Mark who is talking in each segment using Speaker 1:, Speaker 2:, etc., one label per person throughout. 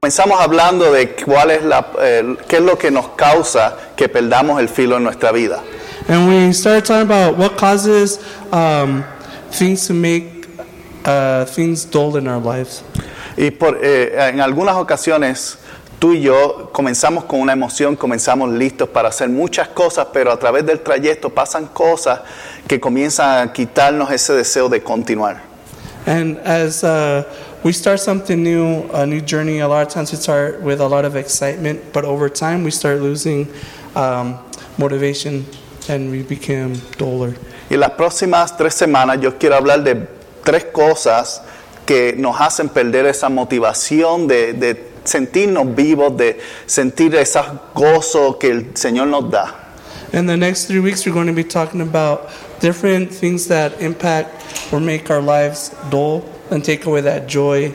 Speaker 1: Comenzamos hablando de cuál es la, eh, qué es lo que nos causa que perdamos el filo en nuestra vida.
Speaker 2: And we started talking about what causes um, things to make uh, things dull in our lives.
Speaker 1: Y por, eh, en algunas ocasiones tú y yo comenzamos con una emoción, comenzamos listos para hacer muchas cosas, pero a través del trayecto pasan cosas que comienzan a quitarnos ese deseo de continuar.
Speaker 2: And as uh, we start something new, a new journey, a lot of times we start with a lot of excitement, but over time we start losing um, motivation and we become duller.
Speaker 1: Y las próximas tres semanas yo quiero hablar de tres cosas que nos hacen perder esa motivación de, de sentirnos vivos, de sentir ese gozo que el Señor nos da.
Speaker 2: In the next three weeks, we're going to be talking about different things that impact or make our lives dull and take away that joy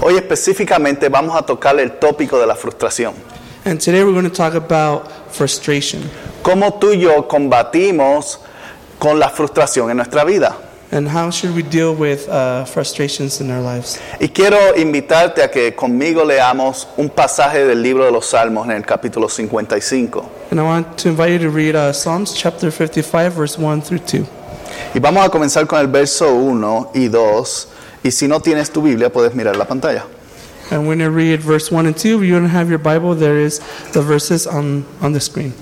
Speaker 1: Hoy específicamente vamos a tocar el tópico de la frustración.
Speaker 2: And today we're going to talk about frustration
Speaker 1: ¿Cómo tú y yo combatimos con la frustración en nuestra vida?
Speaker 2: and how should we deal with uh, frustrations in our lives.
Speaker 1: Y quiero invitarte a que conmigo leamos un pasaje del libro de los Salmos en el capítulo 55.
Speaker 2: And I want to invite you to read uh, Psalms chapter 55, verse 1 through 2.
Speaker 1: Y vamos a comenzar con el verso 1 y 2. Y si no tienes tu Biblia, puedes mirar la pantalla.
Speaker 2: And when you read verse 1 and 2, if you don't have your Bible, there is the verses on, on the screen.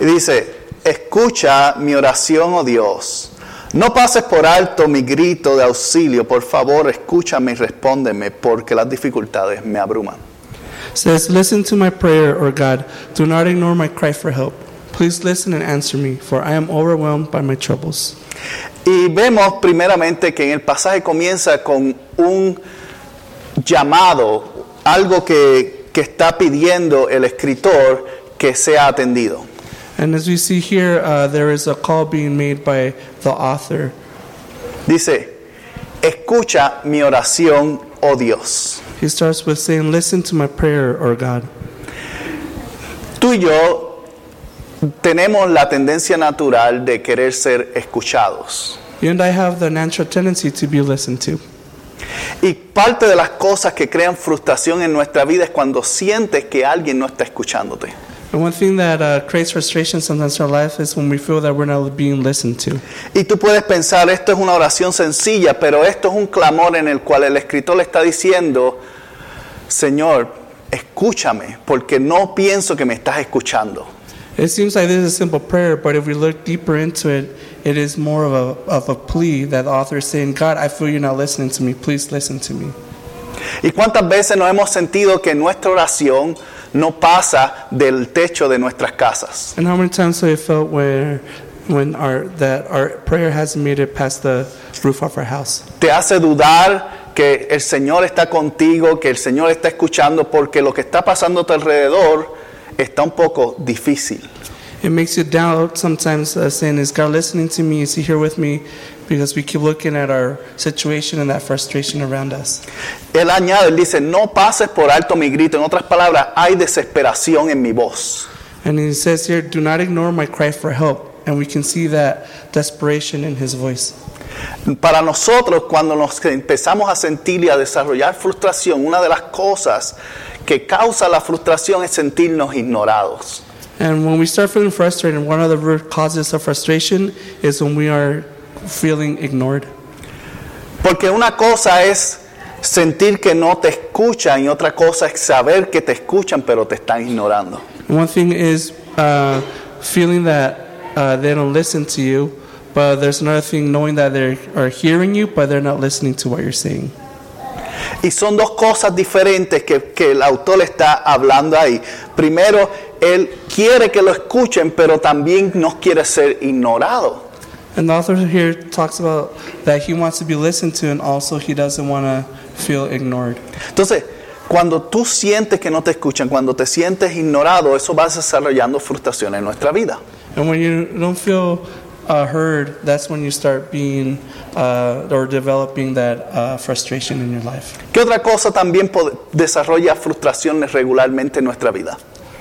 Speaker 1: Y dice, escucha mi oración, oh Dios. No pases por alto mi grito de auxilio. Por favor, escúchame y respóndeme, porque las dificultades me abruman.
Speaker 2: It says, Listen to my prayer, O God. Do not ignore my cry for help. Please listen and answer me, for I am overwhelmed by my troubles.
Speaker 1: Y vemos primeramente que en el pasaje comienza con un llamado, algo que, que está pidiendo el escritor que sea atendido.
Speaker 2: And as we see here, uh, there is a call being made by the author.
Speaker 1: Dice, escucha mi oración, oh Dios.
Speaker 2: He starts with saying, Listen to my prayer, O God.
Speaker 1: Tú y yo tenemos la tendencia natural de querer ser escuchados.
Speaker 2: You and I have the natural tendency to be listened to.
Speaker 1: Y parte de las cosas que crean frustración en nuestra vida es cuando sientes que alguien no está escuchándote.
Speaker 2: And one thing that uh, creates frustration sometimes in our life is when we feel that we're not being listened to.
Speaker 1: Y tú puedes pensar, esto es una oración sencilla, pero esto es un clamor en el cual el escritor le está diciendo, Señor, escúchame, porque no pienso que me estás escuchando.
Speaker 2: It seems like this is a simple prayer, but if we look deeper into it, it is more of a, of a plea that the author is saying, God, I feel you're not listening to me. Please listen to me.
Speaker 1: ¿Y cuántas veces nos hemos sentido que nuestra oración no pasa del techo de nuestras casas?
Speaker 2: And how many times have we felt where, when our, that our prayer hasn't made it past the roof of our house?
Speaker 1: Te hace dudar que el Señor está contigo, que el Señor está escuchando, porque lo que está pasando a tu alrededor está un poco difícil.
Speaker 2: It makes you doubt sometimes, uh, saying, Is God listening to me? Is He here with me? Because we keep looking at our situation and that frustration around us.
Speaker 1: Él añade, él dice, no pases por alto mi grito. En otras palabras, hay desesperación en mi voz.
Speaker 2: And He says here, Do not ignore my cry for help. And we can see that desperation in His voice.
Speaker 1: Para nosotros, cuando nos empezamos a sentir y a desarrollar frustración, una de las cosas que causa la frustración es sentirnos ignorados.
Speaker 2: And when we start feeling frustrated, one of the root causes of frustration is when we are feeling ignored.
Speaker 1: Porque una cosa es sentir que no te escuchan y otra cosa es saber que te escuchan pero te están ignorando.
Speaker 2: And one thing is uh, feeling that uh, they don't listen to you, but there's another thing knowing that they are hearing you, but they're not listening to what you're saying.
Speaker 1: Y son dos cosas diferentes que, que el autor está hablando ahí. Primero, él quiere que lo escuchen, pero también no quiere ser ignorado.
Speaker 2: And the author here talks about that he wants to be listened to, and also he doesn't want to feel ignored.
Speaker 1: Entonces, Cuando tú sientes que no te escuchan, cuando te sientes ignorado, eso va desarrollando frustración en nuestra vida.
Speaker 2: And when you don't feel uh, heard, that's when you start being uh, or developing that uh, frustration in your life.
Speaker 1: ¿Qué otra cosa también pod- desarrolla frustraciones regularmente en nuestra vida?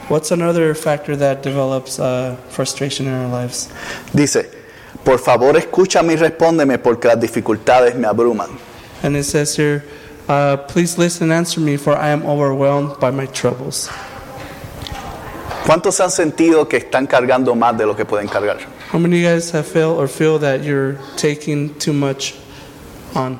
Speaker 2: What's another factor that develops uh, frustration in our lives?
Speaker 1: Dice, por favor escúchame y respóndeme porque las dificultades me abruman.
Speaker 2: And it says here, uh, Please listen and answer me, for I am overwhelmed by my troubles.
Speaker 1: ¿Cuántos han sentido que están cargando más de lo que pueden cargar?
Speaker 2: How many of you guys have felt or feel that you're taking too much on?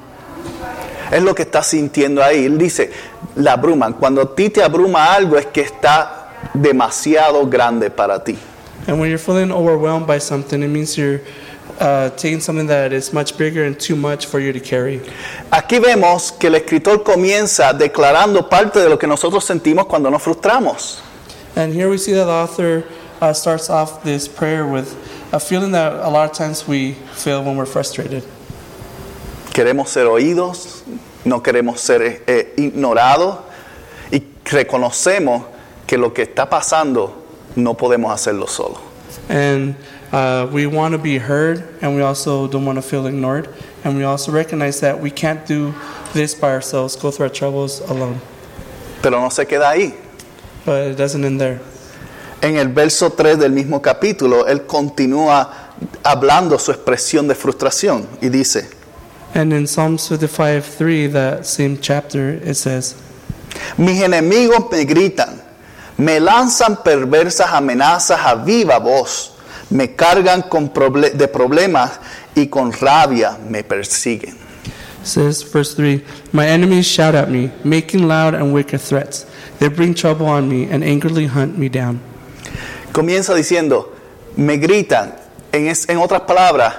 Speaker 1: Es lo que está sintiendo ahí. Él dice, la abruman. Cuando a ti te abruma algo es que está demasiado grande para ti.
Speaker 2: And when you're feeling overwhelmed by something, it means you're uh, taking something that is much bigger and too much for you to carry.
Speaker 1: Aquí vemos que el escritor comienza declarando parte de lo que nosotros sentimos cuando nos frustramos.
Speaker 2: And here we see that the author uh, starts off this prayer with a feeling that a lot of times we feel when we're frustrated.
Speaker 1: Queremos ser oídos, no queremos ser eh, ignorados y reconocemos que lo que está pasando no podemos hacerlo solo.
Speaker 2: And uh, we want to be heard, and we also don't want to feel ignored. And we also recognize that we can't do this by ourselves, go through our troubles alone.
Speaker 1: Pero no se queda ahí.
Speaker 2: But it doesn't end there.
Speaker 1: En el verso 3 del mismo capítulo, él continúa hablando su expresión de frustración y dice,
Speaker 2: And in Psalms 55 3, that same chapter, it says,
Speaker 1: mis enemigos me gritan, me lanzan perversas amenazas a viva voz, me cargan con proble- de problemas y con rabia me persiguen.
Speaker 2: says verse 3 My enemies shout at me, making loud and wicked threats. They bring trouble on me and angrily hunt me down.
Speaker 1: Comienza diciendo, me gritan, en, es- en otras palabras,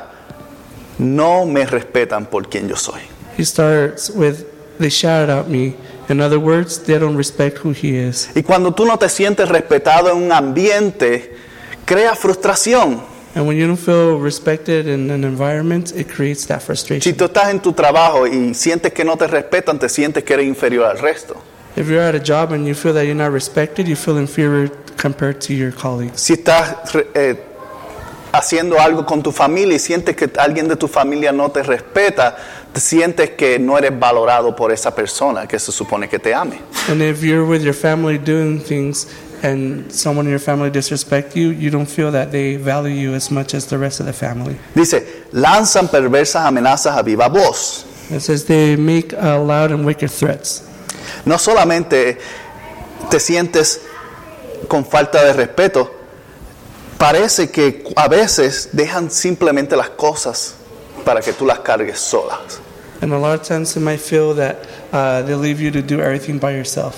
Speaker 1: no me respetan por quien yo soy.
Speaker 2: He starts with, They shout at me. In other words, they don't respect who he is.
Speaker 1: Y cuando tú no te sientes respetado en un ambiente, crea frustración.
Speaker 2: And when you don't feel respected in an environment, it creates that
Speaker 1: Si
Speaker 2: frustration.
Speaker 1: tú estás en tu trabajo y sientes que no te respetan, te sientes que eres inferior al resto.
Speaker 2: If you're at a job and you feel that you're not respected, you feel inferior compared to your colleagues.
Speaker 1: Si estás re- eh, haciendo algo con tu familia y sientes que alguien de tu familia no te respeta, te sientes que no eres valorado por esa persona que se supone que te ame.
Speaker 2: And if you're with your family doing things and someone in your family disrespect you, you don't feel that they value you as much as the rest of the family.
Speaker 1: Dice, lanzan perversas amenazas a viva voz.
Speaker 2: It says they make uh, loud and wicked threats.
Speaker 1: No solamente te sientes con falta de respeto, parece que a veces dejan simplemente las cosas para que tú las cargues solas.
Speaker 2: And a lot of times it might feel that uh, they leave you to do everything by yourself.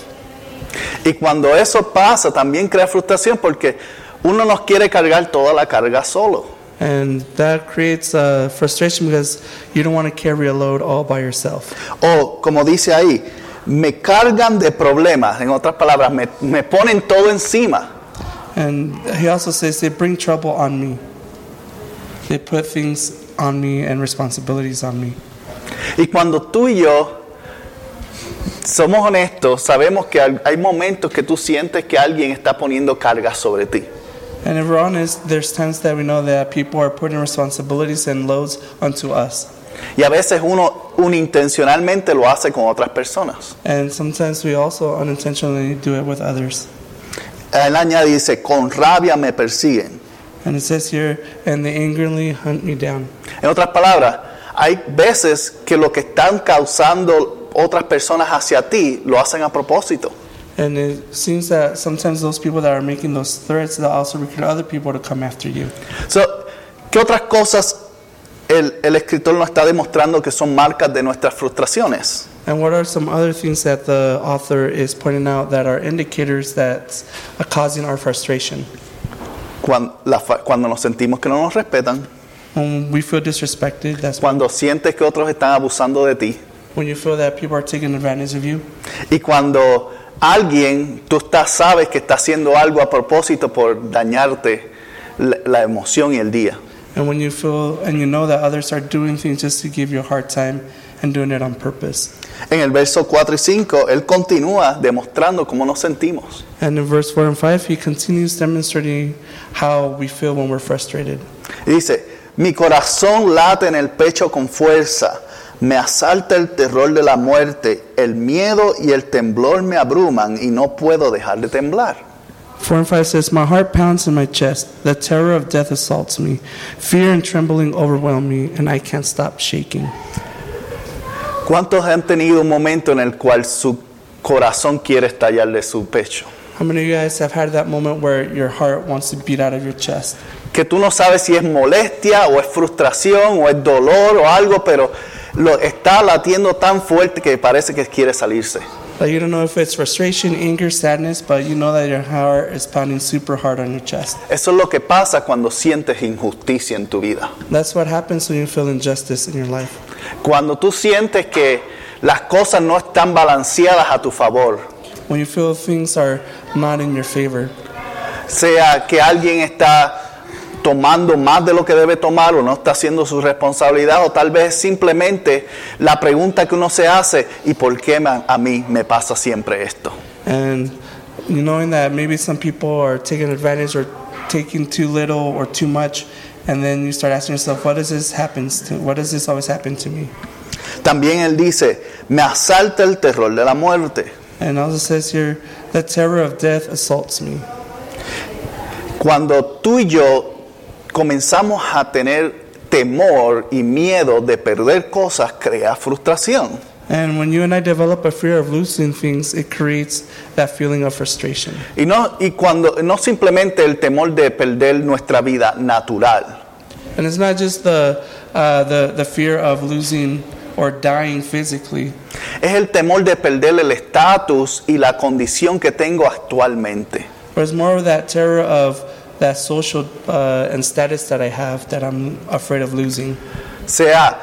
Speaker 1: Y cuando eso pasa, también crea frustración porque uno nos quiere cargar toda la carga solo.
Speaker 2: And that creates uh, frustration because you don't want to carry a load all by yourself.
Speaker 1: O, como dice ahí, me cargan de problemas. En otras palabras, me, me ponen todo encima.
Speaker 2: And he also says they bring trouble on me. They put things on me and responsibilities on me.
Speaker 1: Y cuando tú y yo somos honestos, sabemos que hay hay momentos que tú sientes que alguien está poniendo cargas sobre ti.
Speaker 2: And if we're honest, there's times that we know that people are putting responsibilities and loads onto us.
Speaker 1: Y a veces uno unintencionalmente lo hace con otras personas.
Speaker 2: And sometimes we also unintentionally do it with others.
Speaker 1: Él añade, dice, con rabia me persiguen.
Speaker 2: And it says here, and they angrily hunt me down.
Speaker 1: En otras palabras, hay veces que lo que están causando otras personas hacia ti lo hacen a propósito.
Speaker 2: And it seems that sometimes those people that are making those threats, they also recruit other people to come after you.
Speaker 1: So, ¿Qué otras cosas el, el escritor nos está demostrando que son marcas de nuestras frustraciones?
Speaker 2: And what are some other things that the author is pointing out that are indicators that's uh, causing our frustration?
Speaker 1: Cuando, cuando nos sentimos que no nos respetan,
Speaker 2: When we feel disrespected, that's
Speaker 1: cuando sientes que otros están abusando de ti
Speaker 2: when you feel that people are taking advantage of you.
Speaker 1: y cuando alguien, tú estás, sabes que está haciendo algo a propósito por dañarte la- la emoción y el día.
Speaker 2: And when you feel and you know that others are doing things just to give you a hard time and doing it on purpose.
Speaker 1: En el verso 4 y 5, él continúa demostrando cómo nos sentimos.
Speaker 2: And in verse 4 and 5, he continues demonstrating how we feel when we're frustrated.
Speaker 1: Y dice, mi corazón late en el pecho con fuerza, me asalta el terror de la muerte, el miedo y el temblor me abruman y no puedo dejar de temblar.
Speaker 2: 4 and 5 says, My heart pounds in my chest. The terror of death assaults me. Fear and trembling overwhelm me, and I can't stop shaking.
Speaker 1: ¿Cuántos han tenido un momento en el cual su corazón quiere estallar de su pecho?
Speaker 2: How many of you guys have had that moment where your heart wants to beat out of your chest?
Speaker 1: Que tú no sabes si es molestia o es frustración o es dolor o algo, pero lo está latiendo tan fuerte que parece que quiere salirse.
Speaker 2: Like you don't know if it's frustration, anger, sadness, but you know that your heart is pounding super hard on your chest.
Speaker 1: Eso es lo que pasa cuando sientes injusticia en tu vida.
Speaker 2: That's what happens when you feel injustice in your life.
Speaker 1: Cuando tú sientes que las cosas no están balanceadas a tu favor.
Speaker 2: When you feel things are not in your favor.
Speaker 1: sea que alguien está tomando más de lo que debe tomar o no está haciendo su responsabilidad o tal vez simplemente la pregunta que uno se hace y por qué ma- a mí me pasa siempre esto.
Speaker 2: And knowing that maybe some people are taking advantage or taking too little or too much, and then you start asking yourself, what does this happens to? What does this always happen to me?
Speaker 1: También él dice, me asalta el terror de la muerte.
Speaker 2: And also says here, the terror of death assaults me.
Speaker 1: Cuando tú y yo comenzamos a tener temor y miedo de perder cosas, crea frustración.
Speaker 2: And when you and I develop a fear of losing things, it creates that feeling of frustration.
Speaker 1: Y no, y cuando, no simplemente el temor de perder nuestra vida natural.
Speaker 2: And it's not just the, uh, the, the fear of losing or dying physically,
Speaker 1: Es el temor de perder el estatus y la condición que tengo actualmente.
Speaker 2: but it's more of that terror of that social uh, and status that I have that I'm afraid of losing.
Speaker 1: Sea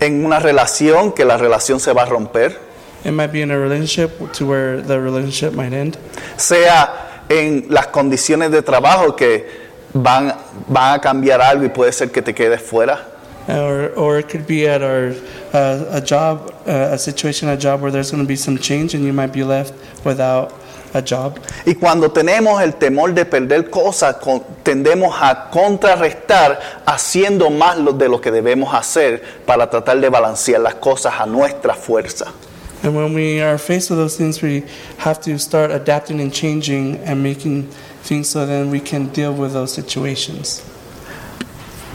Speaker 1: en una relación que la relación se va a romper,
Speaker 2: It might be in a relationship to where the relationship might end.
Speaker 1: sea en las condiciones de trabajo que van, van a cambiar algo y puede ser que te quedes fuera.
Speaker 2: uh, Or, or it could be at our, uh, a job, uh, a situation, a job where there's going to be some change and you might be left without a job.
Speaker 1: Y cuando tenemos el temor de perder cosas, con- tendemos a contrarrestar haciendo más lo- de lo que debemos hacer para tratar de balancear las cosas a nuestra fuerza.
Speaker 2: And when we are faced with those things, we have to start adapting and changing and making things so then we can deal with those situations.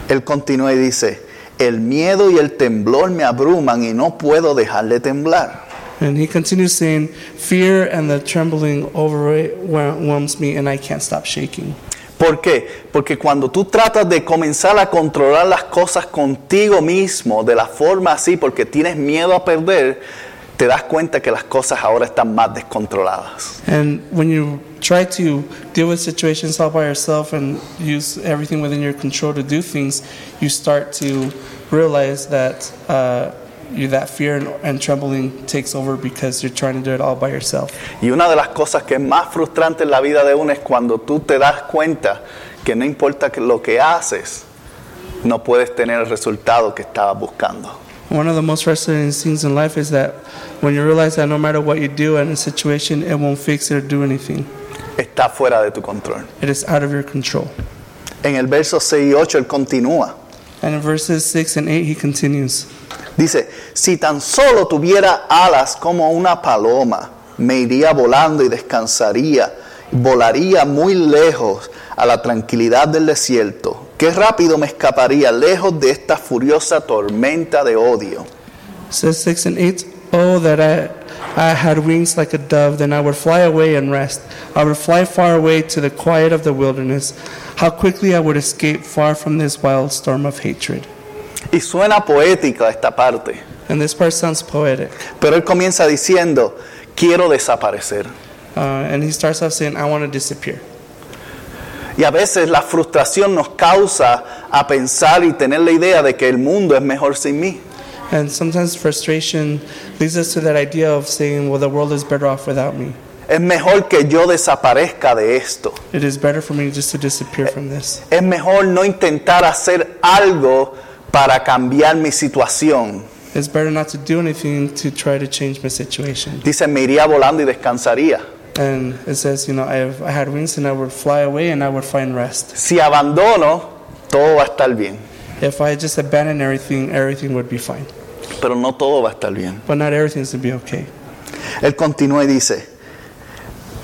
Speaker 1: Él continúa y dice, el miedo y el temblor me abruman y no puedo dejar de temblar.
Speaker 2: And he continues saying, Fear and the trembling overwhelms me, and I can't stop shaking.
Speaker 1: ¿Por qué? Porque cuando tú tratas de comenzar a controlar las cosas contigo mismo de la forma así, porque tienes miedo a perder, te das cuenta que las cosas ahora están más descontroladas.
Speaker 2: And when you try to deal with situations all by yourself and use everything within your control to do things, you start to realize that uh, you, that fear and, and trembling takes over because you're trying to do it all by yourself.
Speaker 1: Y una de las cosas que es más frustrante en la vida de uno es cuando tú te das cuenta que no importa que- lo que haces, no puedes tener el resultado que estabas buscando.
Speaker 2: One of the most frustrating things in life is that when you realize that no matter what you do in a situation, it won't fix it or do anything.
Speaker 1: Está fuera de tu control.
Speaker 2: It is out of your control.
Speaker 1: En el verso 6 y 8 él continúa.
Speaker 2: And in verses 6 and 8, he continues
Speaker 1: Dice, si tan solo tuviera alas como una paloma, me iría volando y descansaría, volaría muy lejos a la tranquilidad del desierto. Qué rápido me escaparía lejos de esta furiosa tormenta de odio.
Speaker 2: says 6 and 8, Oh, that I, I had wings like a dove, then I would fly away and rest. I would fly far away to the quiet of the wilderness. How quickly I would escape far from this wild storm of hatred.
Speaker 1: Y suena poética esta parte,
Speaker 2: And this part sounds poetic.
Speaker 1: pero él comienza diciendo, quiero desaparecer.
Speaker 2: Uh, and he starts off saying, I want to disappear.
Speaker 1: Y a veces la frustración nos causa a pensar y tener la idea de que el mundo es mejor sin mí.
Speaker 2: And sometimes frustration leads us to that idea of saying, well, the world is better off without me.
Speaker 1: Es mejor que yo desaparezca de esto.
Speaker 2: It is better for me just to disappear from this.
Speaker 1: Es mejor no intentar hacer algo para cambiar mi situación.
Speaker 2: It's better not to do anything to try to change my situation.
Speaker 1: Dice, me iría volando y descansaría.
Speaker 2: And it says, you know, I, have, I had wings and I would fly away and I would find rest.
Speaker 1: Si abandono, todo va a estar bien.
Speaker 2: If I just abandon everything, everything would be fine.
Speaker 1: Pero no todo va a estar bien.
Speaker 2: But not everything's to be okay.
Speaker 1: Él continúa y dice,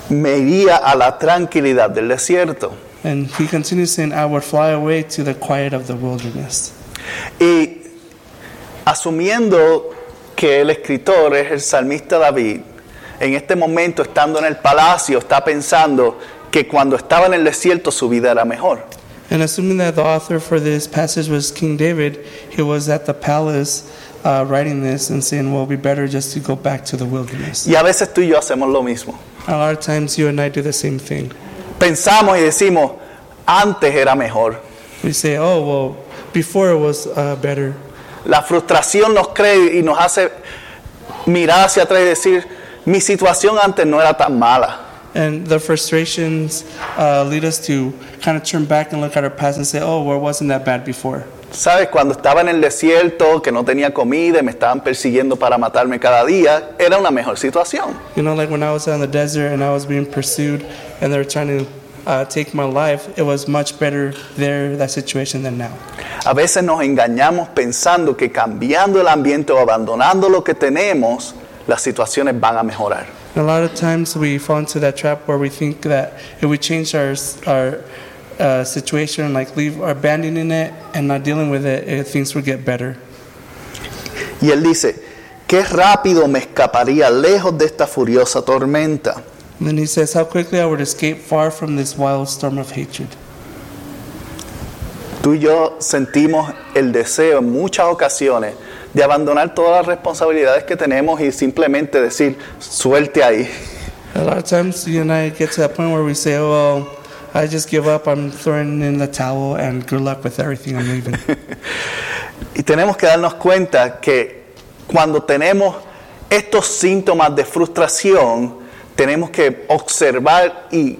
Speaker 1: me iría a la tranquilidad del desierto.
Speaker 2: And he continues saying, I would fly away to the quiet of the wilderness.
Speaker 1: Y asumiendo que el escritor es el salmista David, en este momento estando en el palacio está pensando que cuando estaba en el desierto su vida era mejor.
Speaker 2: And assuming that the author for this passage was King David, he was at the palace uh, writing this and saying, well, it'd be better just to go back to the wilderness.
Speaker 1: Y a veces tú y yo hacemos lo mismo.
Speaker 2: A lot of times you and I do the same thing.
Speaker 1: Pensamos y decimos, antes era mejor.
Speaker 2: We say, oh, well, before it was uh, better.
Speaker 1: La frustración nos cree y nos hace mirar hacia atrás y decir, mi situación antes no era tan mala.
Speaker 2: And the frustrations uh, lead us to kind of turn back and look at our past and say, oh, well, it wasn't that bad before.
Speaker 1: ¿Sabes? Cuando estaba en el desierto, que no tenía comida y me estaban persiguiendo para matarme cada día, era una mejor situación.
Speaker 2: You know, like when I was out in the desert and I was being pursued and they were trying to uh, take my life, it was much better there, that situation, than now.
Speaker 1: A veces nos engañamos pensando que cambiando el ambiente o abandonando lo que tenemos, las situaciones van a mejorar.
Speaker 2: And a lot of times we fall into that trap where we think that if we change our, our uh, situation, like leave or abandoning it and not dealing with it, eh, things will get better.
Speaker 1: Y él dice, qué rápido me escaparía lejos de esta furiosa tormenta.
Speaker 2: And then he says, How quickly I would escape far from this wild storm of hatred.
Speaker 1: Tú y yo sentimos el deseo en muchas ocasiones de abandonar todas las responsabilidades que tenemos y simplemente decir, suelte ahí.
Speaker 2: A lot of times you and I get to that point where we say, oh, Well, I just give up, I'm throwing in the towel, and good luck with everything, I'm leaving.
Speaker 1: Y tenemos que darnos cuenta que cuando tenemos estos síntomas de frustración, tenemos que observar y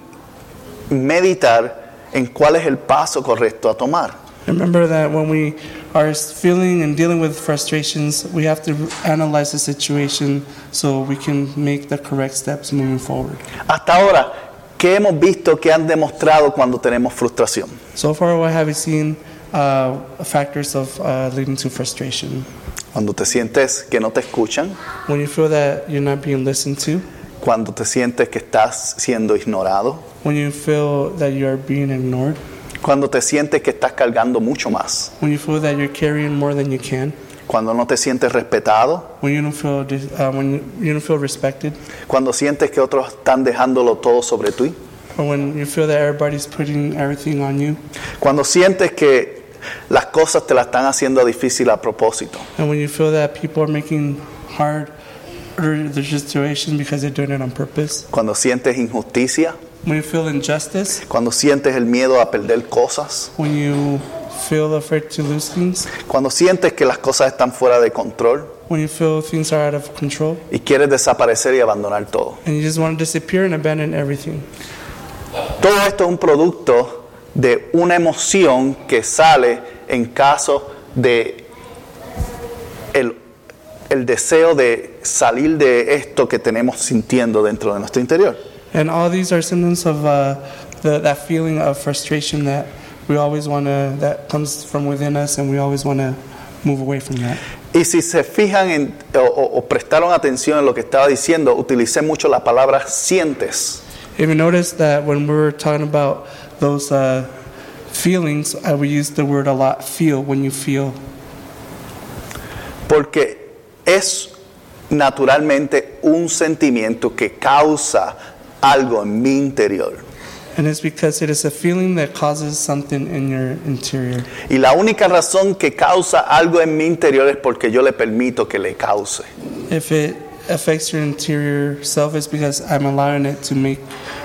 Speaker 1: meditar en cuál es el paso correcto a tomar.
Speaker 2: Remember that when we are feeling and dealing with frustrations, we have to analyze the situation so we can make the correct steps moving forward.
Speaker 1: Hasta ahora, ¿qué hemos visto que han demostrado cuando tenemos frustración?
Speaker 2: So far, what have you seen uh, factors of uh, leading to frustration?
Speaker 1: Cuando te sientes que no te escuchan,
Speaker 2: When you feel that you're not being listened to,
Speaker 1: cuando te sientes que estás siendo ignorado,
Speaker 2: when you feel that you are being ignored,
Speaker 1: cuando te sientes que estás cargando mucho más,
Speaker 2: when you feel that you're carrying more than you can,
Speaker 1: cuando no te sientes respetado,
Speaker 2: when you don't feel dis- uh, when you- you don't feel respected,
Speaker 1: cuando sientes que otros están dejándolo todo sobre ti,
Speaker 2: or when you feel that everybody's putting everything on you,
Speaker 1: cuando sientes que las cosas te las están haciendo difícil a propósito.
Speaker 2: and when you feel that people are making hard or the situation because they're doing it on purpose,
Speaker 1: cuando sientes injusticia,
Speaker 2: when you feel injustice,
Speaker 1: cuando sientes el miedo a perder cosas,
Speaker 2: when you feel afraid to lose things,
Speaker 1: cuando sientes que las cosas están fuera de control
Speaker 2: when you feel things are out of control,
Speaker 1: y quieres desaparecer y abandonar todo.
Speaker 2: and you just want to disappear and abandon everything.
Speaker 1: Todo esto es un producto de una emoción que sale en caso de el, el deseo de salir de esto que tenemos sintiendo dentro de nuestro interior.
Speaker 2: And all these are symptoms of uh, the, that feeling of frustration that we always want to, that comes from within us, and we always want to move away from that.
Speaker 1: Y si se fijan en, o- o- o prestaron atención en lo que estaba diciendo, utilicé mucho la palabra sientes.
Speaker 2: If you notice that when we were talking about those uh, feelings, I would use the word a lot feel when you feel.
Speaker 1: Porque es naturalmente un sentimiento que causa algo en mi interior.
Speaker 2: And it's because it is a feeling that causes something in your interior.
Speaker 1: Y la única razón que causa algo en mi interior es porque yo le permito que le cause.
Speaker 2: If it affects your interior self, it's because I'm allowing it to make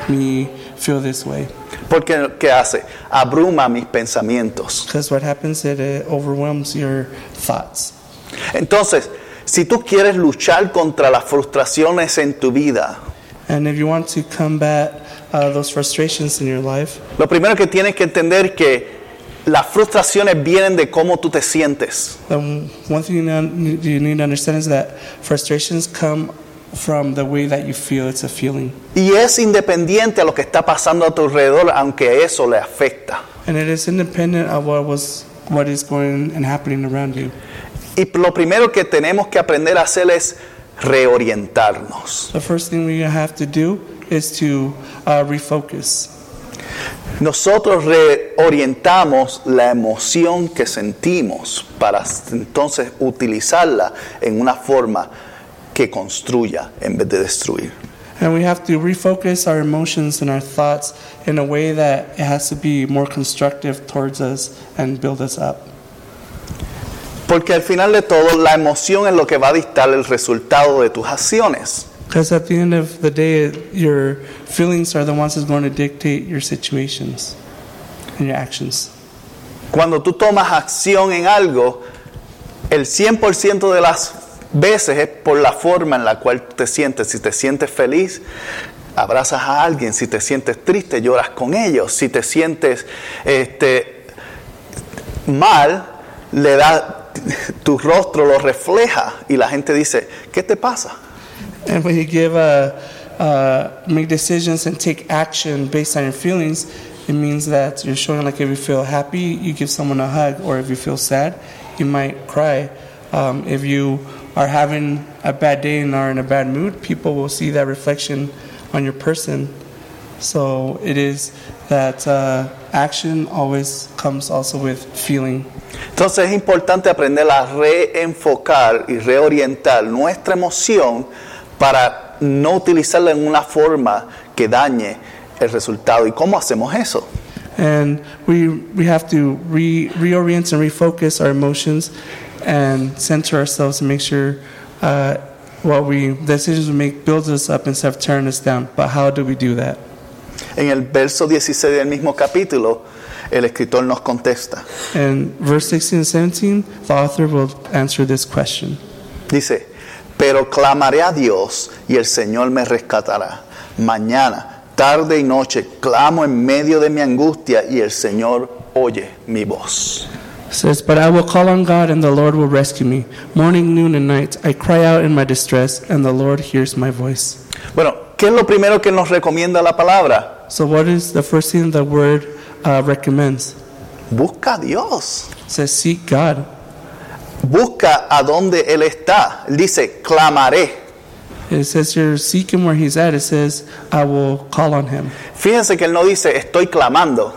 Speaker 2: me feel this way.
Speaker 1: Porque ¿qué hace? Abruma mis pensamientos.
Speaker 2: Because what happens, it, it overwhelms your thoughts.
Speaker 1: Entonces, si tú quieres luchar contra las frustraciones en tu vida,
Speaker 2: And if you want to combat uh, those frustrations in your life,
Speaker 1: lo primero que tienes que entender es que Las frustraciones vienen de cómo tú te sientes.
Speaker 2: Um, one thing you, know, you need to understand is that frustrations come from the way that you feel. It's a feeling,
Speaker 1: Y es independiente a lo que está pasando a tu alrededor, aunque eso le afecta.
Speaker 2: and it is independent of what was, what is going and happening around you.
Speaker 1: Y lo primero que tenemos que aprender a hacer es reorientarnos.
Speaker 2: The first thing we have to do is to uh, refocus.
Speaker 1: Nosotros reorientamos la emoción que sentimos para entonces utilizarla en una forma que construya en vez de destruir.
Speaker 2: And we have to refocus our emotions and our thoughts in a way that it has to be more constructive towards us and build us up.
Speaker 1: Porque al final de todo, la emoción es lo que va a dictar el resultado de tus acciones.
Speaker 2: Because at the end of the day, your feelings are the ones that's going to dictate your situations and your actions.
Speaker 1: Cuando tú tomas acción en algo, el 100% de las veces es por la forma en la cual te sientes. Si te sientes feliz, abrazas a alguien. Si te sientes triste, lloras con ellos. Si te sientes este, mal, le da, tu rostro lo refleja y la gente dice, ¿qué te pasa?
Speaker 2: And when you give uh uh, make decisions and take action based on your feelings, it means that you're showing like if you feel happy, you give someone a hug, or if you feel sad, you might cry. Um, if you are having a bad day and are in a bad mood, people will see that reflection on your person. So it is that uh, action always comes also with feeling.
Speaker 1: Entonces es importante aprender a reenfocar y reorientar nuestra emoción para no utilizarla en una forma que dañe el resultado. ¿Y cómo hacemos eso?
Speaker 2: and we we have to re, reorient and refocus our emotions and center ourselves and make sure uh, what we the decisions we make builds us up instead of tearing us down. But how do we do that?
Speaker 1: En el verso 16 del mismo capítulo, el escritor nos contesta.
Speaker 2: And verse 16 and 17, the author will answer this question.
Speaker 1: Dice, pero clamaré a Dios y el Señor me rescatará. Mañana, tarde y noche, clamo en medio de mi angustia y el Señor oye mi voz.
Speaker 2: It says, But I will call on God, and the Lord will rescue me. Morning, noon, and night, I cry out in my distress, and the Lord hears my voice.
Speaker 1: Bueno, ¿qué es lo primero que nos recomienda la palabra?
Speaker 2: So, what is the first thing the word uh, recommends?
Speaker 1: Busca a Dios.
Speaker 2: It says, Seek God.
Speaker 1: Busca a donde Él está. Él dice, clamaré.
Speaker 2: It says here, seek him where he's at. It says, I will call on him.
Speaker 1: Fíjense que Él no dice, estoy clamando.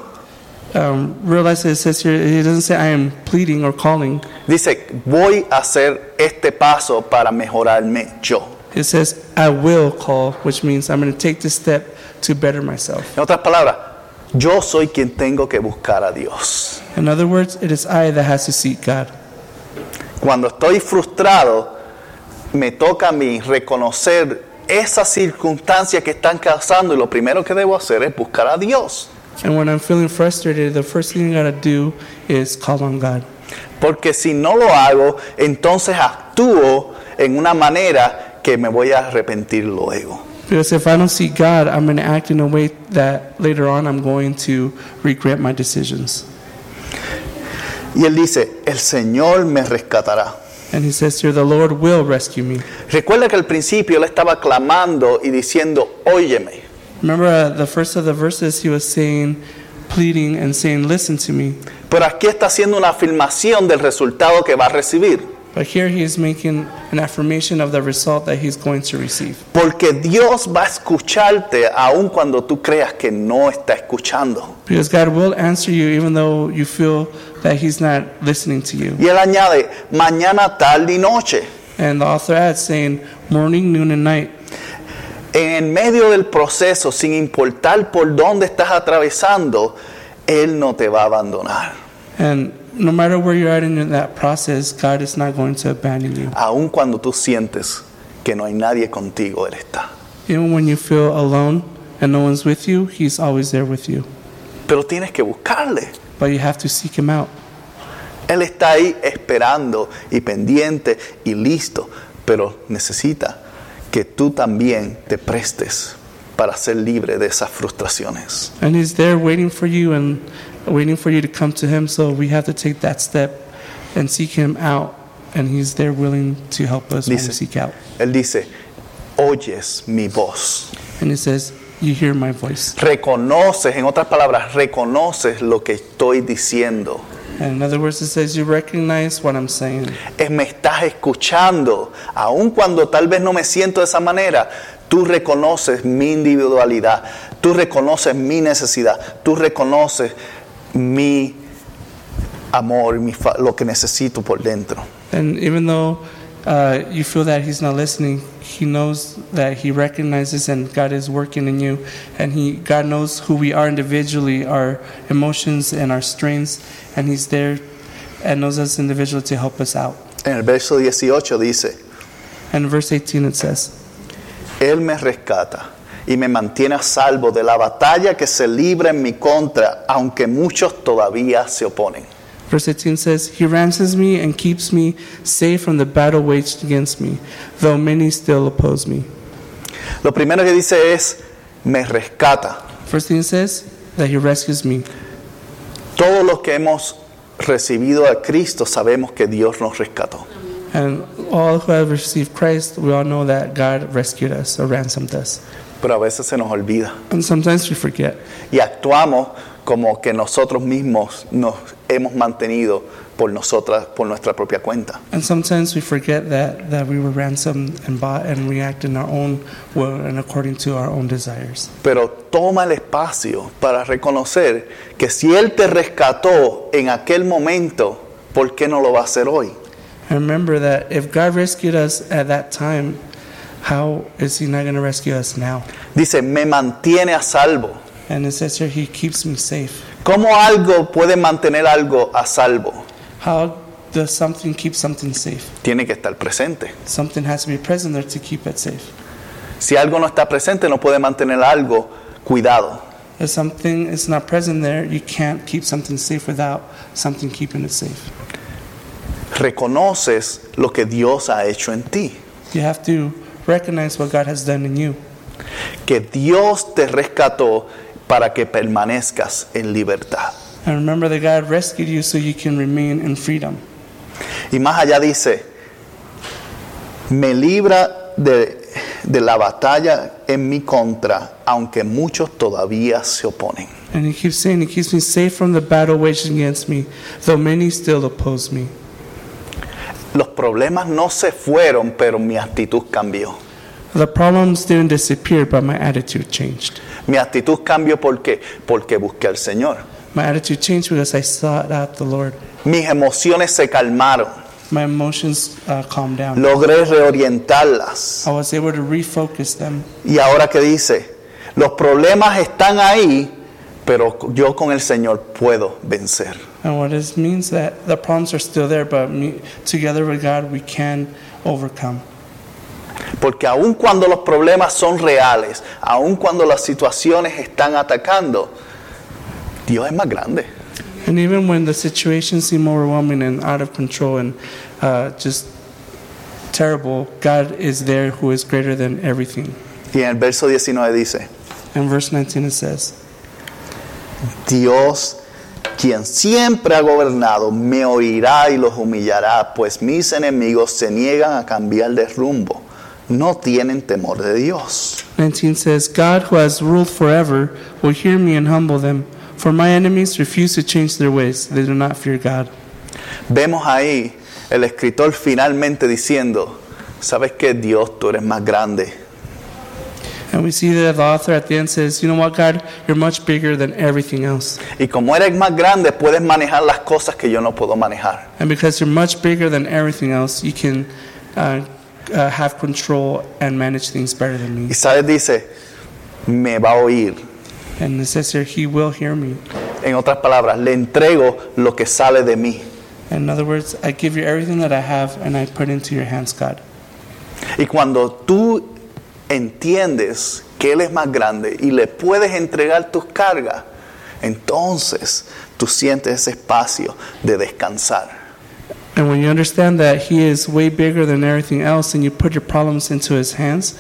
Speaker 2: Um, realize that it says here, it doesn't say I am pleading or calling.
Speaker 1: Dice, voy a hacer este paso para mejorarme yo.
Speaker 2: It says, I will call, which means I'm going to take this step to better myself.
Speaker 1: En otras palabras, yo soy quien tengo que buscar a Dios.
Speaker 2: In other words, it is I that has to seek God.
Speaker 1: Cuando estoy frustrado, me toca a mí reconocer esas circunstancias que están causando y lo primero que debo hacer es buscar a Dios.
Speaker 2: And when I'm feeling frustrated, the first thing I got to do is call on God.
Speaker 1: Porque si no lo hago, entonces actúo en una manera que me voy a arrepentir luego.
Speaker 2: Because if I don't seek God, I'm going to act in a way that later on I'm going to regret my decisions.
Speaker 1: Y él dice, el Señor me rescatará.
Speaker 2: And he says here, the Lord will rescue me.
Speaker 1: Recuerda que al principio él estaba clamando y diciendo, óyeme.
Speaker 2: Remember uh, the first of the verses, he was saying, pleading and saying, Listen to me.
Speaker 1: Pero aquí está haciendo una afirmación del resultado que va a recibir.
Speaker 2: But here he is making an affirmation of the result that he's going to receive.
Speaker 1: Porque Dios va a escucharte aun cuando tú creas que no está escuchando.
Speaker 2: Because God will answer you even though you feel that he's not listening to you.
Speaker 1: Y él añade, mañana, tarde y noche.
Speaker 2: And the author adds, saying, Morning, noon, and night.
Speaker 1: En medio del proceso, sin importar por dónde estás atravesando, Él no te va a abandonar.
Speaker 2: And no matter where you're at in that process, God is not going to abandon you.
Speaker 1: Aun cuando tú sientes que no hay nadie contigo, Él está.
Speaker 2: Even when you feel alone and no one's with you, he's always there with you.
Speaker 1: Pero tienes que buscarle.
Speaker 2: But you have to seek him out.
Speaker 1: Él está ahí esperando y pendiente y listo. Pero necesita que tú también te prestes para ser libre de esas frustraciones.
Speaker 2: And He's there waiting for you and waiting for you to come to Him. So we have to take that step and seek Him out. And He's there willing to help us when we
Speaker 1: Dice.
Speaker 2: seek out.
Speaker 1: Él dice, oyes mi voz,
Speaker 2: And He says, You hear my voice.
Speaker 1: reconoces, en otras palabras, reconoces lo que estoy diciendo.
Speaker 2: And in other words, it says, You recognize what I'm saying.
Speaker 1: Es, me estás escuchando, aun cuando tal vez no me siento de esa manera. Tú reconoces mi individualidad, tú reconoces mi necesidad, tú reconoces mi amor, mi fa- lo que necesito por dentro.
Speaker 2: And even though uh, you feel that He's not listening, He knows that He recognizes and God is working in you. And He, God knows who we are individually, our emotions and our strengths. And He's there and knows us individually to help us out.
Speaker 1: En el verso 18 dice,
Speaker 2: And in verse 18 it says,
Speaker 1: Él me rescata y me mantiene a salvo de la batalla que se libra en mi contra, aunque muchos todavía se oponen.
Speaker 2: Verse 18 says, He ransoms me and keeps me safe from the battle waged against me, though many still oppose me.
Speaker 1: Lo primero que dice es, me rescata.
Speaker 2: First thing it says, that He rescues me.
Speaker 1: Todos los que hemos recibido a Cristo sabemos que Dios nos rescató.
Speaker 2: And all who have received Christ, we all know that God rescued us or ransomed us.
Speaker 1: Pero a veces se nos olvida
Speaker 2: And sometimes we forget.
Speaker 1: y actuamos como que nosotros mismos nos hemos mantenido por nosotras, por nuestra propia cuenta.
Speaker 2: And sometimes we forget that, that we were ransomed and bought and we act in our own will and according to our own desires.
Speaker 1: Pero toma el espacio para reconocer que si Él te rescató en aquel momento, ¿por qué no lo va a hacer hoy?
Speaker 2: And remember that if God rescued us at that time, how is He not going to rescue us now?
Speaker 1: Dice, me mantiene a salvo.
Speaker 2: And it says here, He keeps me safe.
Speaker 1: ¿Cómo algo puede mantener algo a salvo?
Speaker 2: How does something keep something safe?
Speaker 1: Tiene que estar presente.
Speaker 2: Something has to be present there to keep it safe.
Speaker 1: Si algo no está presente, no puede mantener algo cuidado.
Speaker 2: If something is not present there, you can't keep something safe without something keeping it safe.
Speaker 1: Reconoces lo que Dios ha hecho en ti.
Speaker 2: You have to recognize what God has done in you.
Speaker 1: Que Dios te rescató para que permanezcas en libertad.
Speaker 2: And remember that God rescued you so you can remain in freedom.
Speaker 1: Y más allá dice, me libra de, de la batalla en mi contra, aunque muchos todavía se oponen.
Speaker 2: And he keeps saying, He keeps me safe from the battle waged against me, though many still oppose me.
Speaker 1: Los problemas no se fueron, pero mi actitud cambió.
Speaker 2: The problems didn't disappear, but my attitude changed.
Speaker 1: Mi actitud cambió ¿por qué? Porque busqué al Señor.
Speaker 2: My attitude changed because I sought out the Lord.
Speaker 1: Mis emociones se calmaron.
Speaker 2: My emotions uh, calmed down.
Speaker 1: Logré reorientarlas.
Speaker 2: I was able to refocus them.
Speaker 1: Y ahora que dice, los problemas están ahí, pero yo con el Señor puedo vencer.
Speaker 2: And what this means that the problems are still there, but me, together with God, we can overcome.
Speaker 1: Porque aun cuando los problemas son reales, aun cuando las situaciones están atacando, Dios es más grande.
Speaker 2: And even when the situations seem overwhelming and out of control and uh, just terrible, God is there who is greater than everything.
Speaker 1: Y en el verso 19 dice,
Speaker 2: And verse 19 it says,
Speaker 1: Dios, quien siempre ha gobernado, me oirá y los humillará, pues mis enemigos se niegan a cambiar de rumbo. No tienen temor de Dios.
Speaker 2: 19 says, God who has ruled forever will hear me and humble them, for my enemies refuse to change their ways. They do not fear God.
Speaker 1: Vemos ahí el escritor finalmente diciendo, ¿sabes qué? Dios, tú eres más grande.
Speaker 2: And we see that the author at the end says, You know what, God, you're much bigger than everything else.
Speaker 1: Y como eres más grande, puedes manejar las cosas que yo no puedo manejar.
Speaker 2: And because you're much bigger than everything else, you can uh, uh, have control and manage things better than
Speaker 1: Y
Speaker 2: me.
Speaker 1: sabes, dice, me va a oír.
Speaker 2: And it says here, He will hear me.
Speaker 1: En otras palabras, le entrego lo que sale de mí.
Speaker 2: In other words, I give you everything that I have and I put into your hands, God.
Speaker 1: Y cuando tú entiendes que Él es más grande y le puedes entregar tus cargas, entonces tú sientes ese espacio de descansar.
Speaker 2: And when you understand that He is way bigger than everything else and you put your problems into His hands,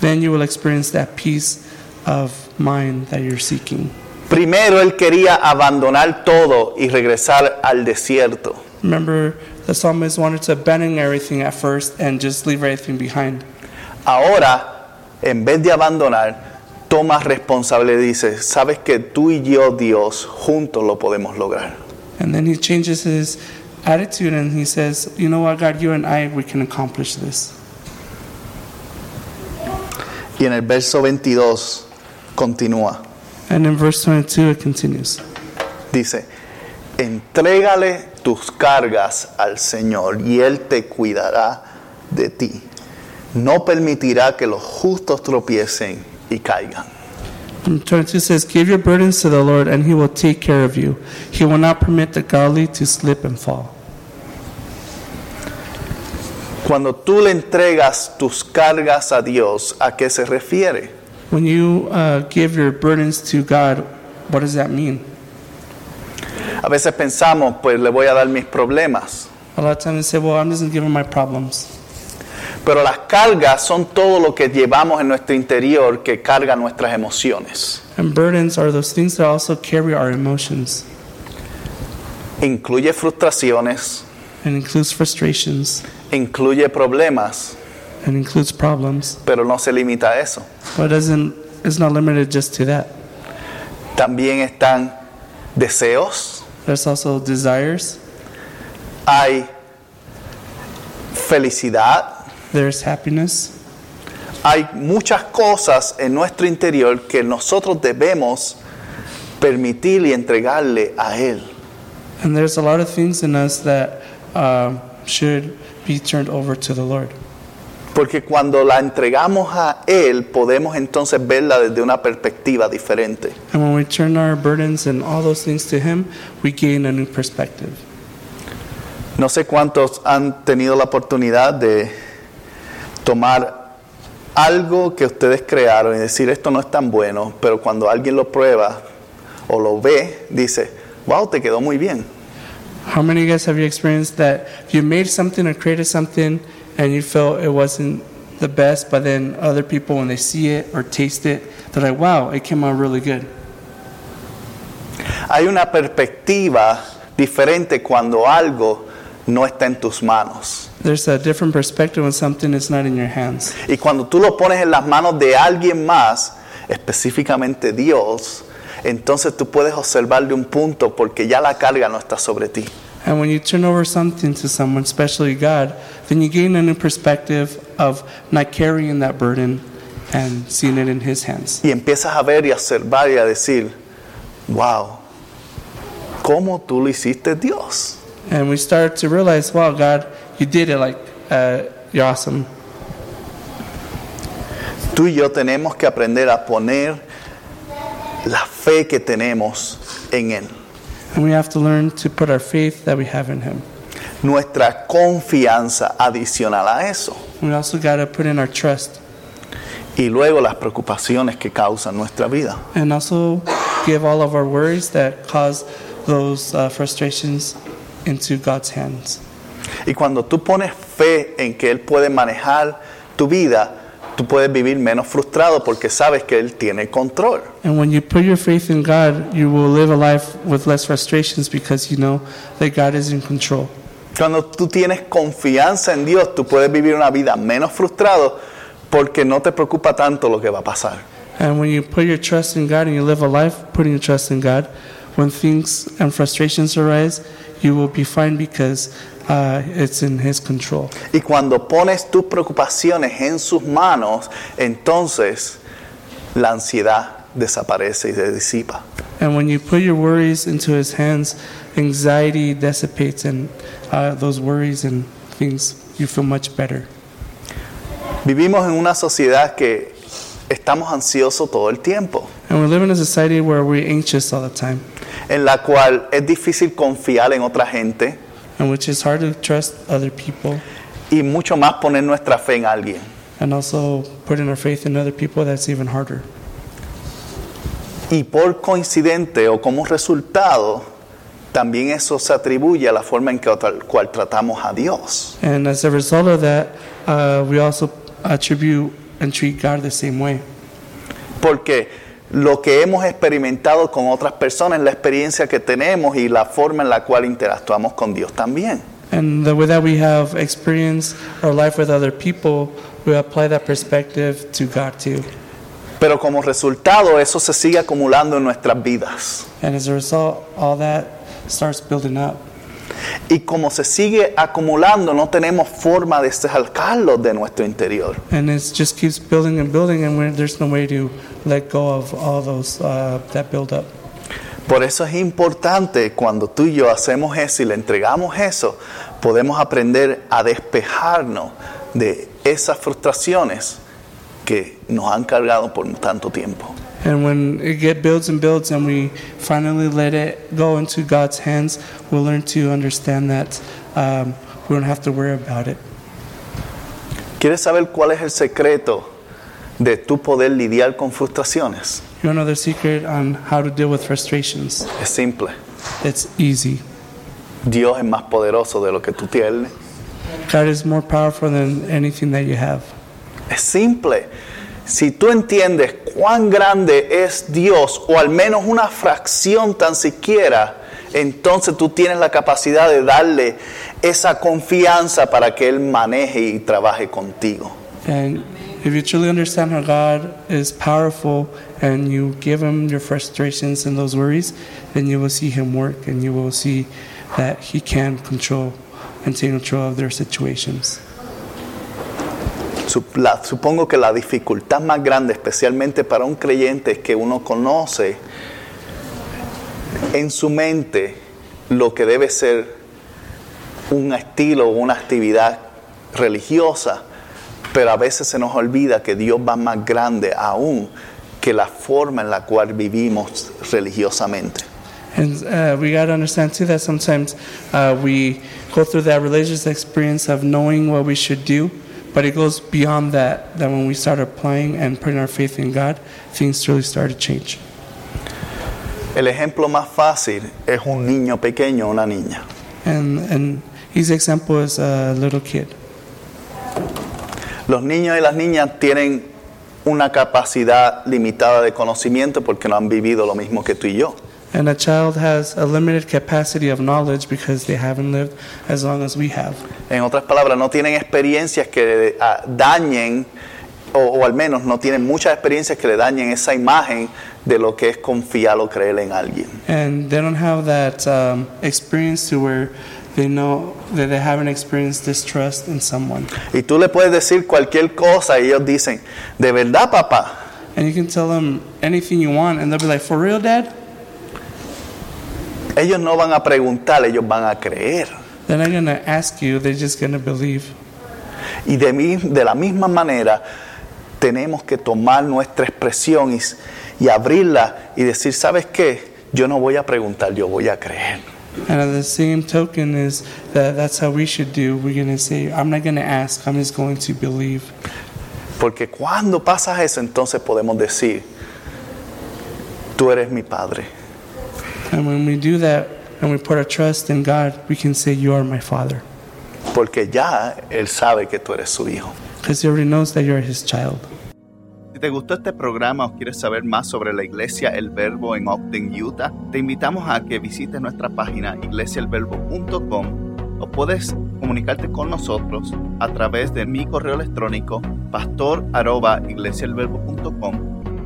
Speaker 2: then you will experience that peace of mind that you're seeking.
Speaker 1: Primero él quería abandonar todo y regresar al desierto.
Speaker 2: Remember, the psalmist wanted to abandon everything at first and just leave everything behind.
Speaker 1: Ahora, en vez de abandonar, toma responsable y dice, sabes que tú y yo, Dios, juntos lo podemos lograr.
Speaker 2: And then he changes his attitude and he says, You know what, God, you and I, we can accomplish this.
Speaker 1: Y en el verso 22 continúa.
Speaker 2: And in verse 22, it continues.
Speaker 1: Dice, entrégale tus cargas al Señor y Él te cuidará de ti. No permitirá que los justos tropiecen y caigan.
Speaker 2: And 22 says, Give your burdens to the Lord, and he will take care of you. He will not permit the godly to slip and fall.
Speaker 1: Cuando tú le entregas tus cargas a Dios, ¿a qué se refiere?
Speaker 2: When you uh, give your burdens to God, what does that mean?
Speaker 1: A veces pensamos, pues le voy a dar mis problemas,
Speaker 2: A lot of times they say, Well, I'm just going to give him my problems.
Speaker 1: pero las cargas son todo lo que llevamos en nuestro interior que carga nuestras emociones.
Speaker 2: And burdens are those things that also carry our emotions
Speaker 1: Incluye frustraciones,
Speaker 2: and includes frustrations
Speaker 1: incluye problemas,
Speaker 2: and includes problems.
Speaker 1: pero no se limita a eso.
Speaker 2: But it doesn't, it's not limited just to that.
Speaker 1: También están deseos,
Speaker 2: There's also desires,
Speaker 1: hay felicidad,
Speaker 2: there's happiness.
Speaker 1: hay muchas cosas en nuestro interior que nosotros debemos permitir y entregarle a Él.
Speaker 2: And there's a lot of things in us that um, should be turned over to the Lord.
Speaker 1: Porque cuando la entregamos a Él podemos entonces verla desde una perspectiva diferente.
Speaker 2: And when we turn our burdens and all those things to Him, we gain a new perspective.
Speaker 1: No sé cuántos han tenido la oportunidad de tomar algo que ustedes crearon y decir esto no es tan bueno, pero cuando alguien lo prueba o lo ve, dice, wow, te quedó muy bien.
Speaker 2: How many of you guys have you experienced that you made something or created something and you felt it wasn't the best, but then other people, when they see it or taste it, they're like, wow, it came out really good?
Speaker 1: Hay una perspectiva diferente cuando algo no está en tus manos.
Speaker 2: There's a different perspective when something is not in your hands.
Speaker 1: Y cuando tú lo pones en las manos de alguien más, específicamente Dios, entonces tú puedes observar de un punto porque ya la carga no está sobre ti.
Speaker 2: And when you turn over something to someone, especially God, then you gain a new perspective of not carrying that burden and seeing it in His hands.
Speaker 1: Y empiezas a ver y a observar y a decir, wow, ¿cómo tú lo hiciste Dios?
Speaker 2: And we start to realize, wow, God, you did it. Like, uh, you're awesome.
Speaker 1: Tú y yo tenemos que aprender a poner la fe que tenemos en Él,
Speaker 2: And we have to learn to put our faith that we have in Him.
Speaker 1: nuestra confianza adicional a eso
Speaker 2: We also got to put in our trust
Speaker 1: y luego las preocupaciones que causan nuestra vida.
Speaker 2: and also give all of our worries that cause those uh, frustrations into God's hands.
Speaker 1: Y cuando tú pones fe en que Él puede manejar tu vida, tú puedes vivir menos frustrado porque sabes que Él tiene control.
Speaker 2: And when you put your faith in God, you will live a life with less frustrations because you know that God is in control.
Speaker 1: Cuando tú tienes confianza en Dios, tú puedes vivir una vida menos frustrado porque no te preocupa tanto lo que va a pasar.
Speaker 2: And when you put your trust in God and you live a life putting your trust in God, when things and frustrations arise, you will be fine because uh, it's in His control.
Speaker 1: Y cuando pones tus preocupaciones en sus manos, entonces la ansiedad desaparece y se disipa.
Speaker 2: And when you put your worries into His hands, anxiety dissipates, and uh, those worries and things, you feel much better.
Speaker 1: Vivimos en una sociedad que estamos ansiosos todo el tiempo,
Speaker 2: And we live in a society where we're anxious all the time,
Speaker 1: en la cual es difícil confiar en otra gente
Speaker 2: and which is hard to trust other people.
Speaker 1: y mucho más poner nuestra fe en alguien.
Speaker 2: and also putting our faith in other people that's even harder
Speaker 1: Y por coincidente o como resultado, también eso se atribuye a la forma en que otra- cual tratamos a Dios.
Speaker 2: and as a result of that uh, we also attribute and treat god the same way
Speaker 1: porque lo que hemos experimentado con otras personas, la experiencia que tenemos y la forma en la cual interactuamos con Dios también.
Speaker 2: And the way that we have experienced our life with other people, we apply that perspective to God too.
Speaker 1: Pero como resultado eso se sigue acumulando en nuestras vidas.
Speaker 2: And as a result, all that starts building up.
Speaker 1: Y como se sigue acumulando, no tenemos forma de sacarlo de nuestro interior.
Speaker 2: And it just keeps building and building, and we're, there's no way to let go of all those uh, that build up.
Speaker 1: Por eso es importante cuando tú y yo hacemos eso y le entregamos eso, podemos aprender a despejarnos de esas frustraciones que nos han cargado por tanto tiempo.
Speaker 2: And when it get builds and builds, and we finally let it go into God's hands, we'll learn to understand that um, we don't have to worry about it.
Speaker 1: ¿Quieres saber cuál es el secreto de tu poder lidiar con frustraciones?
Speaker 2: You want another secret on how to deal with frustrations?
Speaker 1: Es simple.
Speaker 2: It's easy.
Speaker 1: Dios es más poderoso de lo que tú tienes.
Speaker 2: God is more powerful than anything that you have.
Speaker 1: Es simple. Si tú entiendes cuán grande es Dios, o al menos una fracción tan siquiera, entonces tú tienes la capacidad de darle esa confianza para que Él maneje y trabaje contigo.
Speaker 2: And if you truly understand how God is powerful and you give Him your frustrations and those worries, then you will see Him work and you will see that He can control and take control of their situations.
Speaker 1: Sup- la- supongo que la dificultad más grande, especialmente para un creyente, es que uno conoce en su mente lo que debe ser un estilo o una actividad religiosa, pero a veces se nos olvida que Dios va más grande aún que la forma en la cual vivimos religiosamente.
Speaker 2: And uh, we got to understand too that sometimes uh, we go through that religious experience of knowing what we should do, but it goes beyond that. That when we start applying and putting our faith in God, things really start to change.
Speaker 1: El ejemplo más fácil es un niño pequeño o una niña.
Speaker 2: And and his example is a little kid.
Speaker 1: Los niños y las niñas tienen una capacidad limitada de conocimiento porque no han vivido lo mismo que tú y yo.
Speaker 2: And a child has a limited capacity of knowledge because they haven't lived as long as we have.
Speaker 1: En otras palabras, no tienen experiencias que ah, dañen, o, o al menos no tienen muchas experiencias que le dañen esa imagen de lo que es confiar o creer en alguien.
Speaker 2: And they don't have that um, experience to where they know that they haven't experienced distrust in someone.
Speaker 1: Y tú le puedes decir cualquier cosa y ellos dicen, de verdad papá,
Speaker 2: And you can tell them anything you want, and they'll be like, "For real, Dad?"
Speaker 1: ellos no van a preguntar, ellos van a creer.
Speaker 2: They're not gonna ask you; they're just gonna believe.
Speaker 1: Y de, mi- de la misma manera tenemos que tomar nuestra expresión y, s- y abrirla y decir, ¿sabes qué? Yo no voy a preguntar, yo voy a creer.
Speaker 2: And on the same token, is that that's how we should do. We're gonna say, "I'm not gonna ask; I'm just going to believe."
Speaker 1: Porque cuando pasa eso, entonces podemos decir, tú eres mi Padre.
Speaker 2: And when we do that, and we put our trust in God, we can say, "You are my Father,"
Speaker 1: Porque ya Él sabe que tú eres su Hijo.
Speaker 2: because He already knows that you're His child.
Speaker 1: Si te gustó este programa o quieres saber más sobre la iglesia El Verbo en Ogden, Utah, te invitamos a que visites nuestra página iglesiaelverbo.com o puedes comunicarte con nosotros a través de mi correo electrónico pastor@iglesiaelverbo.com.